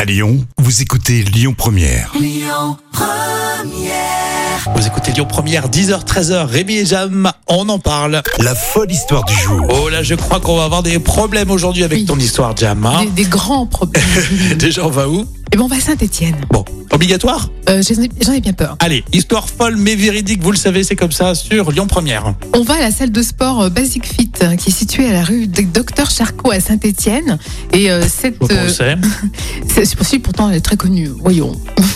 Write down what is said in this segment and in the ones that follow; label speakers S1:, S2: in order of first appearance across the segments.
S1: À Lyon, vous écoutez Lyon Première.
S2: Vous écoutez Lyon Première, 10h, 13h, Rémi et Jam, on en parle.
S1: La folle histoire du jour.
S2: Oh là, je crois qu'on va avoir des problèmes aujourd'hui avec
S3: Oui.
S2: ton histoire, Jam. hein.
S3: Des, des grands problèmes.
S2: Déjà, on va où
S3: Et bon, on va à Saint-Etienne.
S2: Bon, obligatoire
S3: J'en ai- j'en ai bien peur.
S2: Allez, histoire folle mais véridique, vous le savez, c'est comme ça sur Lyon Première.
S3: On va à la salle de sport euh, Basic Fit, euh, qui est située à la rue D- Docteur Charcot à Saint-Etienne. Et euh, cette.
S2: Je
S3: euh,
S2: sais.
S3: c'est c'est possible, pourtant, elle est très connue. Voyons.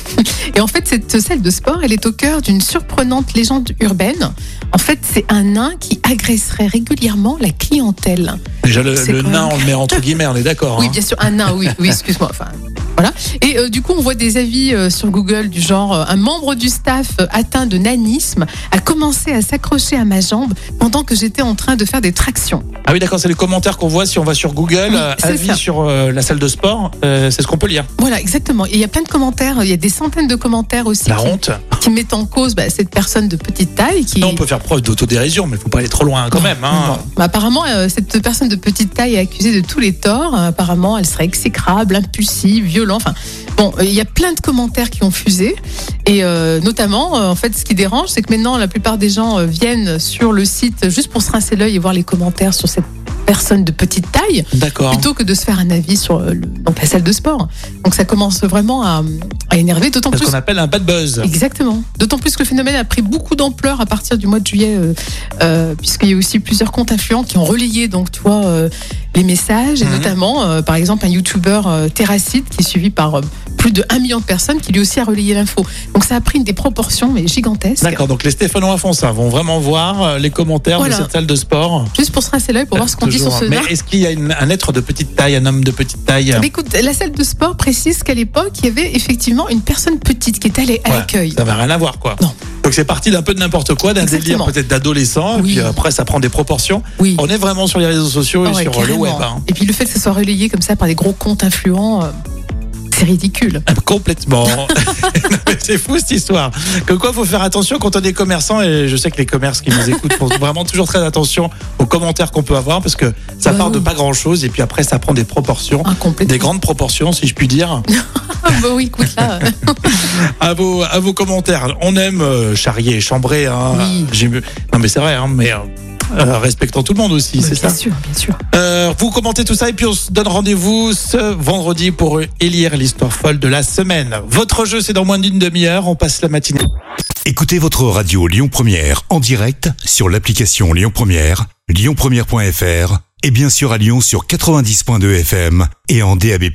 S3: Et en fait, cette salle de sport, elle est au cœur d'une surprenante légende urbaine. En fait, c'est un nain qui agresserait régulièrement la clientèle.
S2: Déjà, le,
S3: c'est
S2: le
S3: quand
S2: nain,
S3: même-
S2: on le met entre guillemets, on est d'accord.
S3: Oui,
S2: hein.
S3: bien sûr, un nain, oui, oui, excuse-moi. Enfin, voilà. Et euh, du coup, on voit des avis euh, sur Google du genre euh, un membre du staff euh, atteint de nanisme a commencé à s'accrocher à ma jambe pendant que j'étais en train de faire des tractions.
S2: Ah oui, d'accord, c'est les commentaires qu'on voit si on va sur Google,
S3: Oui,
S2: euh,
S3: c'est
S2: avis
S3: ça.
S2: sur euh, la salle de sport, euh, c'est ce qu'on peut lire.
S3: Voilà, exactement. Et il y a plein de commentaires, il y a des centaines de commentaires aussi
S2: La
S3: qui,
S2: honte.
S3: qui mettent en cause bah, cette personne de petite taille qui.
S2: Non, on peut faire preuve d'autodérision, mais il faut pas aller trop loin quand même. hein.
S3: Bon. Bah, apparemment, euh, cette personne de petite taille est accusée de tous les torts. Euh, apparemment, elle serait exécrable, impulsive, violente. Enfin, bon, euh, il y a plein de commentaires qui ont fusé. Et euh, notamment, euh, en fait, ce qui dérange, c'est que maintenant, la plupart des gens euh, viennent sur le site juste pour se rincer l'œil et voir les commentaires sur cette personne de petite taille
S2: D'accord.
S3: plutôt que de se faire un avis sur euh, le- donc la salle de sport. Donc ça commence vraiment à, à énerver, d'autant
S2: C'est ce
S3: plus
S2: qu'on appelle un bad buzz.
S3: Exactement. D'autant plus que le phénomène a pris beaucoup d'ampleur à partir du mois de juillet, euh, euh, puisqu'il y a aussi plusieurs comptes influents qui ont relayé, donc, tu vois, euh, les messages, et
S2: Mhm.
S3: notamment, euh, par exemple, un youtubeur euh, Terracite, qui est suivi par euh, plus de 1 million de personnes, qui lui aussi a relayé l'info. Donc, ça a pris des proportions, mais gigantesques.
S2: D'accord, donc les Stéphanois à fond ça, vont vraiment voir euh, les commentaires
S3: Voilà.
S2: de cette salle de sport.
S3: Juste pour se rincer l'œil, pour voir ce qu'on dit sur
S2: Toujours,
S3: ce
S2: hein. Mais
S3: nain.
S2: est-ce qu'il y a une- un être de petite taille, un homme de petite taille
S3: Mais écoute, la salle de sport précise qu'à l'époque, il y avait effectivement une personne petite qui était allée à
S2: Ouais,
S3: l'accueil.
S2: Ça va rien à voir, quoi.
S3: Non.
S2: Donc c'est parti d'un peu de n'importe quoi, d'un délire
S3: Exactement.
S2: peut-être d'adolescent, et
S3: Oui.
S2: puis après ça prend des proportions.
S3: Oui.
S2: On est vraiment sur les réseaux sociaux
S3: Ah
S2: et
S3: ouais,
S2: sur le
S3: carrément.
S2: web. hein.
S3: Et puis le fait que ce soit relayé comme ça par des gros comptes influents, euh, c'est ridicule.
S2: Complètement. Mais c'est fou cette histoire. Comme quoi, faut faire attention quand on est commerçant, et je sais que les commerces qui nous écoutent font vraiment toujours très attention aux commentaires qu'on peut avoir, parce que ça
S3: Bah
S2: part de
S3: oui.
S2: pas grand-chose, et puis après ça prend des proportions.
S3: Incomplet.
S2: Des grandes proportions, si je puis dire.
S3: Ah bah oui, écoute là. euh,
S2: à vos, à vos commentaires. On aime euh, charrier, chambrer. Hein.
S3: Oui.
S2: J'ai- Non, mais c'est vrai, hein, mais euh, euh, respectons tout le monde aussi, c'est
S3: Bah, bien
S2: ça.
S3: sûr, bien sûr.
S2: Euh, vous commentez tout ça et puis on se donne rendez-vous ce vendredi pour élire l'histoire folle de la semaine. Votre jeu, c'est dans moins d'une demi-heure. On passe la matinée.
S1: Écoutez votre radio Lyon Première en direct sur l'application Lyon Première, lyonpremière.fr et bien sûr à Lyon sur 90.2 FM et en DAB+.